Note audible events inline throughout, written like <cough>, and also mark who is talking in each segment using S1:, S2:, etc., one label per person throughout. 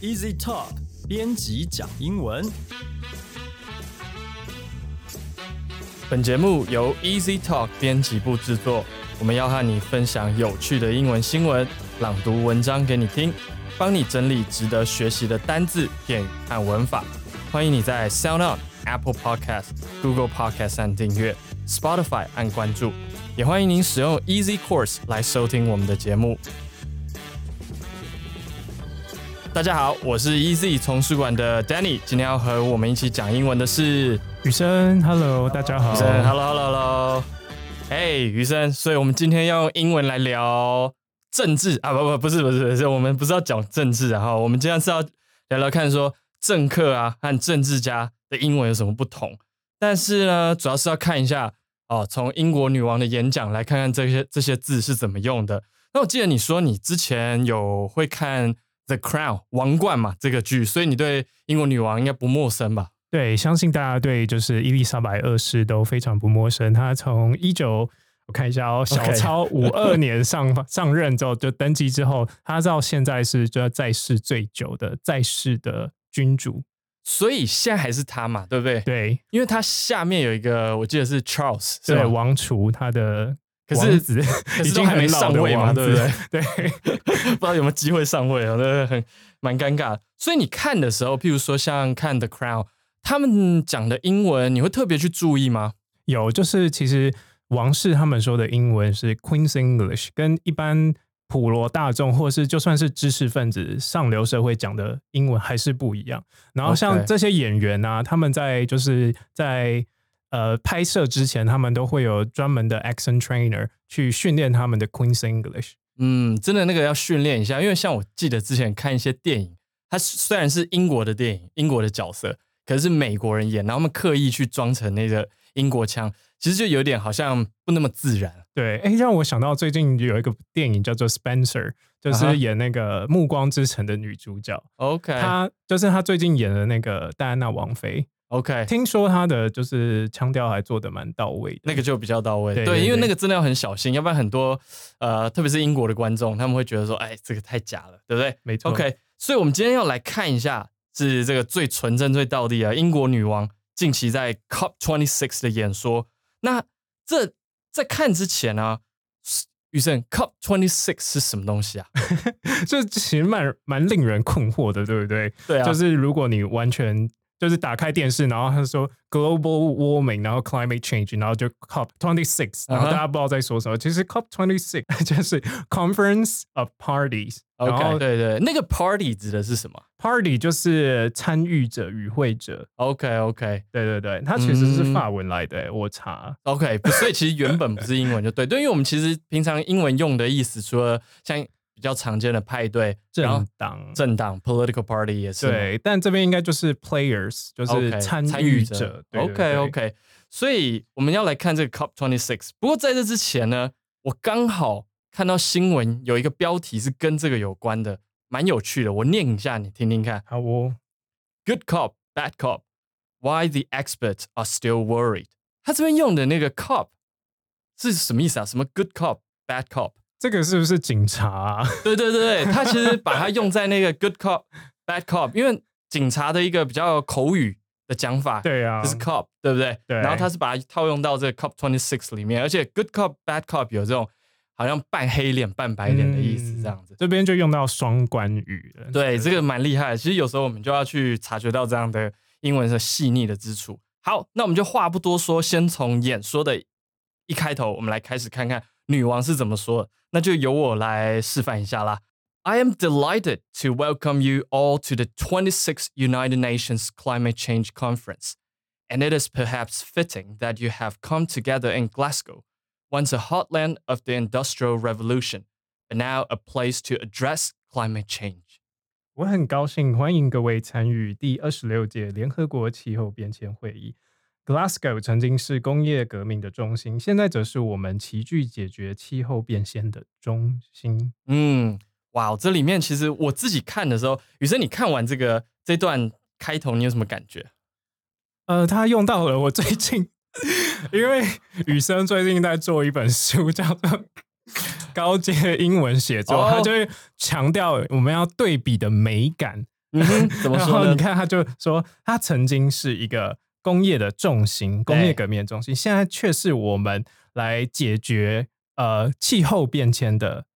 S1: Easy Top 编辑讲英文。
S2: 本节目由 Easy Talk 编辑部制作，我们要和你分享有趣的英文新闻，朗读文章给你听，帮你整理值得学习的单字、片语和文法。欢迎你在 Sound On、Apple Podcast、Google Podcast 按订阅，Spotify 按关注，也欢迎您使用 Easy Course 来收听我们的节目。大家好，我是 Easy 丛书馆的 Danny，今天要和我们一起讲英文的是
S3: 雨生，Hello，大家好。
S2: 雨生，Hello Hello Hello，哎，雨生，所以我们今天要用英文来聊政治啊，不不不是不是不是，我们不是要讲政治啊，哈我们今天是要聊聊看说政客啊和政治家的英文有什么不同，但是呢，主要是要看一下哦，从英国女王的演讲来看看这些这些字是怎么用的。那我记得你说你之前有会看《The Crown》王冠嘛这个剧，所以你对英国女王应该不陌生吧？
S3: 对，相信大家对就是伊丽莎白二世都非常不陌生。她从一九我看一下哦，小
S2: OK
S3: 超五二年上 <laughs> 上任之后就登基之后，她到现在是就在世最久的在世的君主。
S2: 所以现在还是她嘛，对不对？
S3: 对，
S2: 因为它下面有一个，我记得是 Charles，是
S3: 对，
S2: 吧？
S3: 王储他的
S2: 可是
S3: 王子
S2: 可
S3: 已
S2: 是都
S3: 经
S2: 还没
S3: 很老
S2: 上
S3: 的
S2: 位嘛，
S3: 王子
S2: 对不对？
S3: <laughs> 对，
S2: 不知道有没有机会上位啊，那很蛮尴尬的。所以你看的时候，譬如说像看 The Crown，他们讲的英文，你会特别去注意吗？
S3: 有，就是其实王室他们说的英文是 Queen's English，跟一般普罗大众或是就算是知识分子、上流社会讲的英文还是不一样。然后
S2: OK
S3: 像这些演员啊，他们在就是在呃拍摄之前，他们都会有专门的 accent trainer 去训练他们的 Queen's English。
S2: 嗯，真的那个要训练一下，因为像我记得之前看一些电影，它虽然是英国的电影，英国的角色，可是美国人演，然后他们刻意去装成那个英国腔，其实就有点好像不那么自然。
S3: 对，哎，让我想到最近有一个电影叫做《Spencer》，就
S2: 啊哈哎
S3: 是演那个《暮光之城》的女主角，
S2: OK
S3: 她就是她最近演的那个戴安娜王妃。
S2: OK，
S3: 听说他的就是腔调还做的蛮到位的。
S2: 那个就比较到位。
S3: 对
S2: 对，
S3: 对
S2: 因为
S3: 对
S2: 那个真的要很小心，要不然很多呃，特别是英国的观众，他们会觉得说，哎，这个太假了，对不对
S3: 没错
S2: ？OK，所以我们今天要来看一下，是这个最纯正、最道地的英国女王近期在 COP 2 6的演说。那这在看之前呢、雨生，COP 2 6是什么东西啊？
S3: <laughs> 这其实蛮蛮令人困惑的，对不 <laughs> 对？
S2: 对啊，
S3: 就是如果你完全就是打开电视，然后他说 global warming，然后 climate change，然后就 COP twenty six，
S2: 嗯哼
S3: 然后大家不知道在说什么。其实 COP twenty six <laughs> 就是 Conference of Parties，然
S2: OK，
S3: 后
S2: 对对，那个 party 指的是什么
S3: party 就是参与者与会者。
S2: ？OK OK
S3: 对对对，它其实
S2: 嗯
S3: 是法文来的、我查。
S2: OK，不，所以其实原本不是英文就对，对，因为我们其实平常英文用的意思，除了像比较常见的派对，然后
S3: 政党
S2: 政党 （political party） 也是嘛，
S3: 对，但这边应该就是 players，就
S2: OK，
S3: 是参
S2: 与
S3: 与者。对
S2: OK。
S3: 对对
S2: OK，所以我们要来看这个 COP 2 6不过在这之前呢，我刚好看到新闻有一个标题是跟这个有关的，蛮有趣的，我念一下你听听看。
S3: 好哦，
S2: Good cop, bad cop. Why the experts are still worried？他这边用的那个 cop 是什么意思啊？什么 good cop, bad cop？
S3: 这个是不是警察、啊？ <laughs>
S2: 对对 <laughs> 对，对他其实把它用在那个 good cop, bad cop，因为警察的一个比较口语的讲法，，
S3: 对啊
S2: <laughs> 就是 cop，对不对？
S3: 对
S2: 然后他是把它套用到这个 cop twenty six 里面，而且 good cop, bad cop 有这种好像半黑脸半白脸的意思，
S3: 嗯
S2: 这样子。
S3: 这边就用到双关语了。
S2: 对，这个蛮厉害的。其实有时候我们就要去察觉到这样的英文的细腻的之处。好，那我们就话不多说，先从演说的一开头，我们来开始看看女王是怎么说的。那就由我来示范一下啦。I am delighted to welcome you all to the 26th United Nations Climate Change Conference, and it is perhaps fitting that you have come together in Glasgow, once a hotland of the Industrial Revolution, but now a place to address climate change.
S3: 我很高兴欢迎各位参与第二十六届联合国气候变迁会议。Glasgow 曾经是工业革命的中心，现在则是我们齐聚解决气候变迁的中心。
S2: 嗯，哇，这里面其实我自己看的时候，雨生，你看完这个这段开头，你有什么感觉？
S3: 呃，他用到了我最近，因为雨生最近在做一本书，叫做《高阶英文写作》，
S2: 哦
S3: 他就会强调我们要对比的美感。
S2: 嗯哼，怎么
S3: 然
S2: 说 <laughs>
S3: 后
S2: 呢
S3: 你？看，他就说他曾经是一个工业的重心，工业革命的重心，现在却是我们来解决呃气候变迁的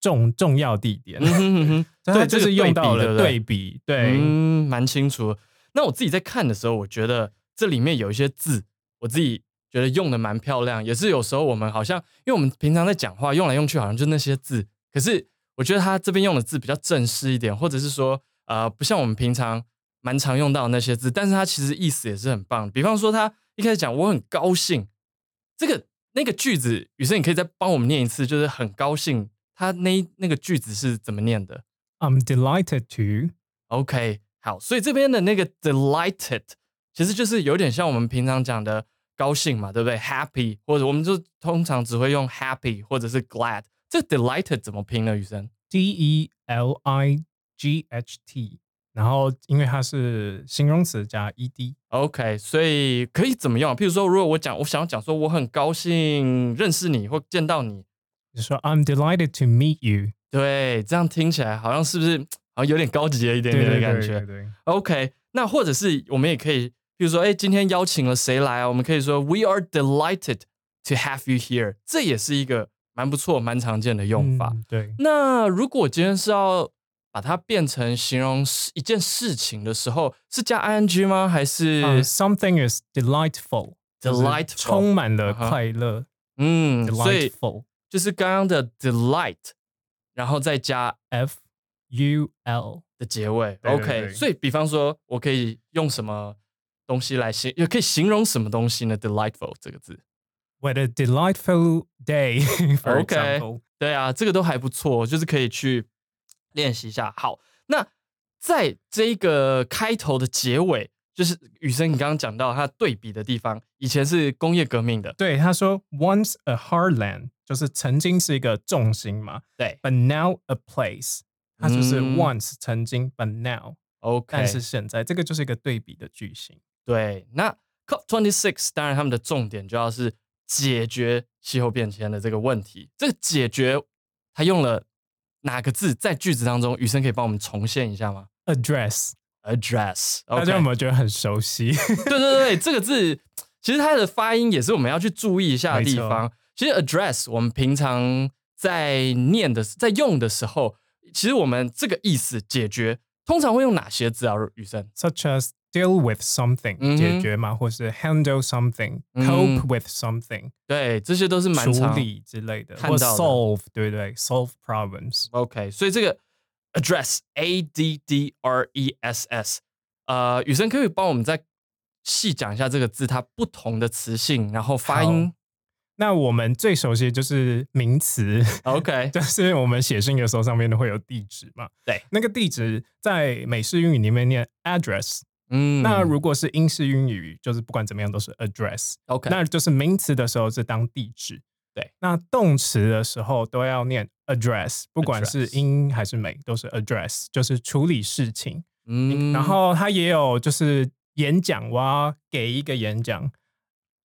S3: 重重要地点。
S2: 嗯哼 <laughs> 嗯哼，
S3: 所以他
S2: 这
S3: 就
S2: 个
S3: 是用到了
S2: 对比
S3: 对比，
S2: 对不对，
S3: 对，
S2: 嗯，蛮清楚的。那我自己在看的时候，我觉得这里面有一些字，我自己觉得用的蛮漂亮，也是有时候我们好像，因为我们平常在讲话用来用去，好像就那些字，可是我觉得他这边用的字比较正式一点，或者是说，呃，不像我们平常蛮常用到的那些字，但是它其实意思也是很棒的。比方说，他一开始讲我很高兴，这个那个句子，雨生你可以再帮我们念一次，就是很高兴，他那一那个句子是怎么念的？
S3: I'm delighted to，
S2: OK，好，所以这边的那个 delighted 其实就是有点像我们平常讲的高兴嘛，对不对？Happy 或者我们就通常只会用 happy 或者是 glad。这 delighted 怎么拼呢？雨生
S3: D E L I G H T，然后因为它是形容词加 E D，
S2: ？OK，所以可以怎么用啊？譬如说，如果我讲我想要讲说我很高兴认识你或见到你，
S3: 就说 I'm delighted to meet you，
S2: 对，这样听起来好像是不是好像有点高级了一点
S3: 对
S2: 点的
S3: 对
S2: 感觉？
S3: 对对对
S2: OK，那或者是我们也可以，比如说，哎，今天邀请了谁来啊？我们可以说 We are delighted to have you here，这也是一个蛮不错、蛮常见的用法。
S3: 嗯对，
S2: 那如果今天是要把它变成形容事一件事情的时候，是加 ing 吗？还是、
S3: 呃 something is delightful，就是充
S2: delightful？
S3: 满了
S2: 嗯哼
S3: 快乐
S2: 嗯，所以
S3: ，delightful。
S2: 就是刚刚的 delight，然后再加
S3: F U L，
S2: 的结尾。
S3: 对对
S2: OK，
S3: 对
S2: 所以比方说，我可以用什么东西来形，也可以形容什么东西呢？delightful 这个字，
S3: what a delightful day, <laughs> for
S2: Okay.
S3: example.
S2: 对啊，这个都还不错，就是可以去练习一下。好，那在这一个开头的结尾，就是雨生你刚刚讲到它对比的地方，以前是工业革命的，
S3: 对，他说 once a heartland 就是曾经是一个重心嘛
S2: 对
S3: ，but now a place，它就是
S2: 嗯
S3: once 曾经，but now
S2: ，OK，
S3: 但是现在，这个就是一个对比的句型。
S2: 对，那 COP twenty six 当然他们的重点就要是解决气候变迁的这个问题。这个解决，他用了哪个字在句子当中？雨生可以帮我们重现一下吗
S3: address，
S2: ？Address，、o
S3: 大
S2: k
S3: 家有没有觉得很熟悉？
S2: 对对对，这个字其实它的发音也是我们要去注意一下的地方。其实 address 我们平常在念的、在用的时候，其实我们这个意思解决通常会用哪些字啊？雨生
S3: <laughs> such as deal with something、
S2: 嗯哼
S3: 解决嘛，或是 handle something、
S2: 嗯
S3: cope with something
S2: 对，这些都是蛮
S3: 处
S2: 常
S3: 理之类的，
S2: 看
S3: 或
S2: 到的
S3: solve 对不对？solve problems。
S2: OK，所以这个 address A D D R E S S，呃，雨生可以帮我们再细讲一下这个字它不同的词性，然后发音。
S3: 那我们最熟悉的就是名词， <laughs>
S2: OK，
S3: 就是我们写信的时候上面都会有地址嘛。
S2: 对，
S3: 那个地址在美式英语里面念 address，、
S2: 嗯，
S3: 那如果是英式英语，就是不管怎么样都是 address。
S2: OK，
S3: 那就是名词的时候是当地址，
S2: 对。
S3: 那动词的时候都要念 address，不管是
S2: Address
S3: 英还是美，都是 address，就是处理事情。
S2: 嗯
S3: 然后它也有就是演讲哇，给一个演讲，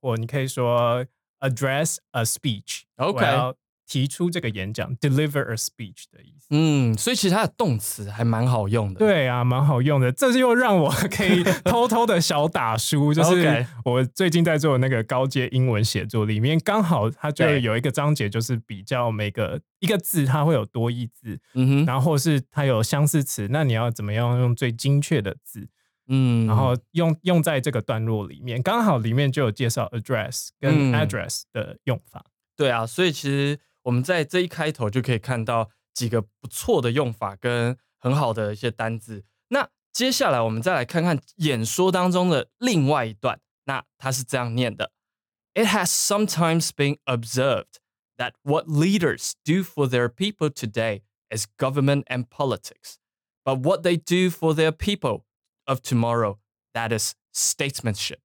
S3: 或你可以说 address a speech。
S2: OK
S3: 我要提出这个演讲，deliver a speech 的意思。
S2: 嗯，所以其实它的动词还蛮好用的。
S3: 对啊，蛮好用的。这又让我可以偷偷的小
S2: <laughs>
S3: 打书，就
S2: OK
S3: 是我最近在做那个高阶英文写作，里面刚好它就
S2: 对
S3: 有一个章节，就是比较每个一个字它会有多义字，
S2: 嗯哼，
S3: 然后或是它有相似词，那你要怎么样用最精确的字，
S2: 嗯，
S3: 然后用用在这个段落里面，刚好里面就有介绍 address
S2: 嗯
S3: 跟 address 的用法。
S2: 对啊，所以其实我们在这一开头就可以看到几个不错的用法跟很好的一些单字。那接下来我们再来看看演说当中的另外一段，那它是这样念的：It has sometimes been observed that what leaders do for their people today is government and politics, but what they do for their people of tomorrow, that is statesmanship.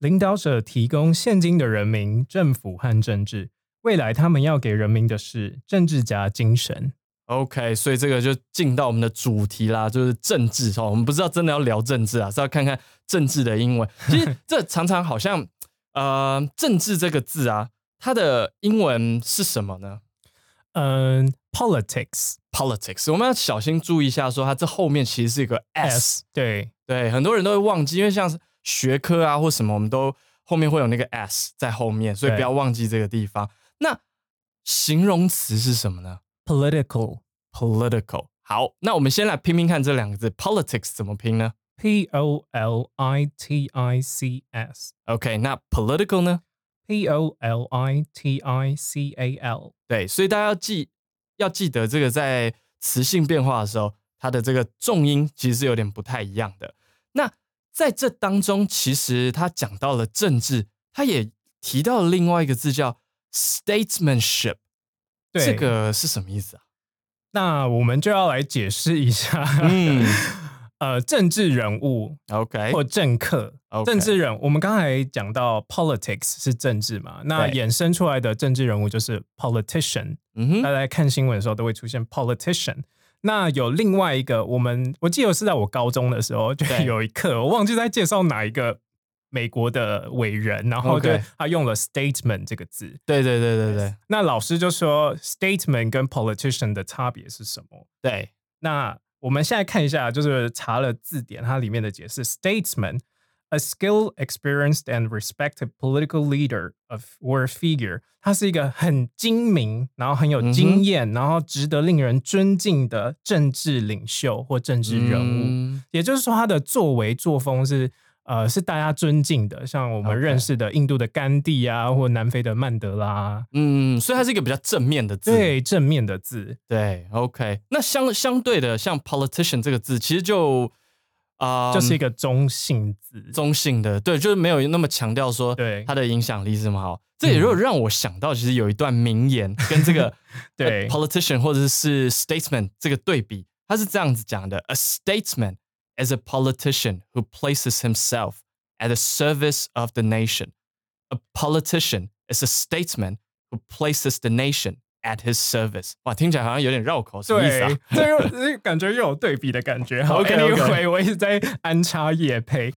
S3: 领导者提供现今的人民、政府和政治，未来他们要给人民的是政治家精神。
S2: OK，所以这个就进到我们的主题啦，就是政治哦。我们不是要真的要聊政治啊，是要看看政治的英文。其实这常常好像，呃，政治这个字啊，它的英文是什么呢？
S3: 嗯 politics
S2: politics，我们要小心注意一下，说它这后面其实是一个 s，,
S3: 对
S2: 对，很多人都会忘记，因为像是学科啊或什么，我们都后面会有那个 s 在后面，所以
S3: 对
S2: 不要忘记这个地方。那形容词是什么呢
S3: political
S2: ？political。好，那我们先来拼拼看这两个字 politics 怎么拼呢
S3: p o l i t i c s
S2: ？OK，那 political 呢？
S3: p o l i t i c a l
S2: 对，所以大家要记要记得这个在词性变化的时候，它的这个重音其实是有点不太一样的。那在这当中，其实他讲到了政治，他也提到了另外一个字叫 statesmanship，
S3: 对
S2: 这个是什么意思啊？
S3: 那我们就要来解释一下，
S2: 嗯
S3: 呃，政治人物
S2: OK，
S3: 或政客
S2: OK
S3: 政治人，我们刚才讲到 politics 是政治嘛，那
S2: 对
S3: 衍生出来的政治人物就是 politician。
S2: 嗯哼，
S3: 大家在看新闻的时候都会出现 politician。那有另外一个，我们我记得是在我高中的时候，就
S2: 对
S3: 有一课，我忘记在介绍哪一个美国的伟人，然后就
S2: OK
S3: 他用了 statement 这个字。
S2: 对对对对对
S3: 那老师就说 statement 跟 politician 的差别是什么？
S2: 对，
S3: 那我们现在看一下，就是查了字典，它里面的解释：statesman。A skilled, experienced, and respected political leader of or figure，他是一个很精明，然后很
S2: 嗯
S3: 有经验，然后值得令人尊敬的政治领袖或政治人物。
S2: 嗯
S3: 也就是说，他的作为作风是呃是大家尊敬的，像我们
S2: OK
S3: 认识的印度的甘地啊，或南非的曼德拉啊，
S2: 嗯，所以它是一个比较正面的字。
S3: 对正面的字。
S2: 对，OK。那相相对的，像 politician 这个字，其实就啊、
S3: 就是一个中性字，
S2: 中性的，对，就是没有那么强调说
S3: 对
S2: 它的影响力是这么好。这也就让我想到，其实有一段名言跟这个
S3: <laughs>
S2: 呃
S3: 对
S2: <laughs> politician 或者是 statesman 这个对比，他是这样子讲的：A statesman is a politician who places himself at the service of the nation. A politician is a statesman who places the nation at his service. 哇，听起来好像有点绕口，什么意思啊
S3: 对，这又这又感觉又有对比的感觉。好
S2: OK，OK
S3: anyway，我一直在安插夜配。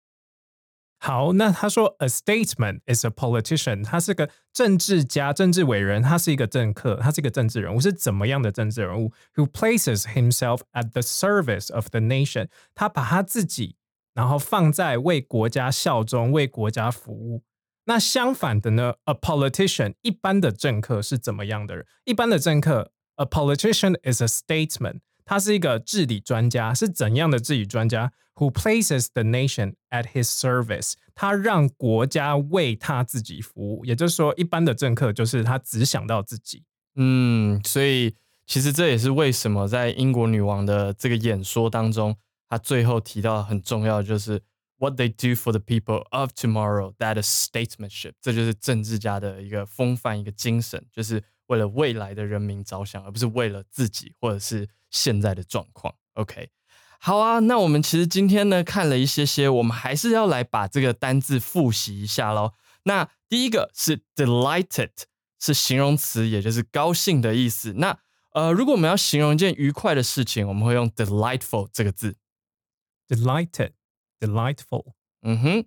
S3: 好，那他说，a statesman is a politician，他是个政治家、政治伟人，他是一个政客，他是一个政治人物，是怎么样的政治人物？Who places himself at the service of the nation？他把他自己，然后放在为国家效忠、为国家服务。那相反的呢？A politician，一般的政客是怎么样的人？一般的政客，a politician is a statesman，他是一个治理专家，是怎样的治理专家？Who places the nation at his service？他让国家为他自己服务，也就是说，一般的政客就是他只想到自己。
S2: 嗯，所以其实这也是为什么在英国女王的这个演说当中，她最后提到很重要的就是 "What they do for the people of tomorrow, that is statesmanship." 这就是政治家的一个风范、一个精神，就是为了未来的人民着想，而不是为了自己或者是现在的状况。OK，好啊，那我们其实今天呢看了一些些，我们还是要来把这个单字复习一下喽。那第一个是 delighted，是形容词，也就是高兴的意思。那呃，如果我们要形容一件愉快的事情，我们会用 delightful 这个字。
S3: Delighted, delightful,
S2: 嗯哼，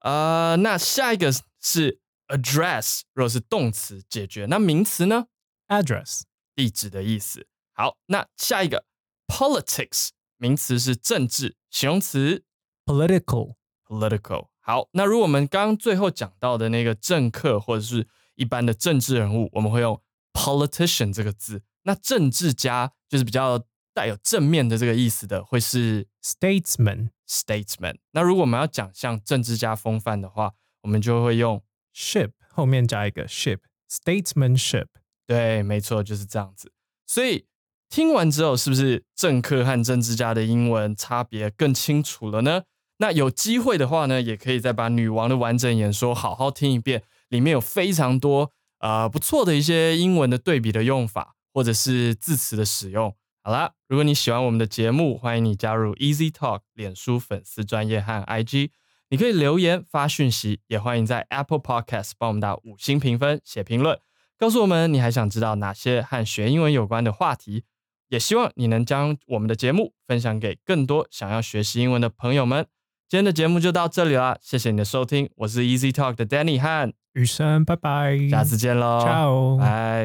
S2: 呃，那下一个是 address，如果是动词解决，那名词呢？
S3: address,
S2: 地址的意思。好，那下一个 politics，名词是政治，形容词
S3: political,
S2: political。好，那如果我们刚刚最后讲到的那个政客或者是一般的政治人物，我们会用 politician 这个字。那政治家就是比较带有正面的这个意思的，会是
S3: statesman,
S2: statesman。那如果我们要讲像政治家风范的话，我们就会用
S3: ship 后面加一个 ship, statesmanship.
S2: 对，没错，就是这样子。所以听完之后，是不是政客和政治家的英文差别更清楚了呢？那有机会的话呢，也可以再把女王的完整演说好好听一遍，里面有非常多呃不错的一些英文的对比的用法，或者是字词的使用。好啦，如果你喜欢我们的节目，欢迎你加入 Easy Talk 脸书粉丝专业和 IG，你可以留言发讯息，也欢迎在 Apple Podcast 帮我们打五星评分、写评论。告诉我们你还想知道哪些和学英文有关的话题，也希望你能将我们的节目分享给更多想要学习英文的朋友们。今天的节目就到这里啦，谢谢你的收听，我是 Easy Talk 的 Danny 和，
S3: 雨生，拜拜，
S2: 下次见喽，哦
S3: 嗯，ciao。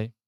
S2: 拜。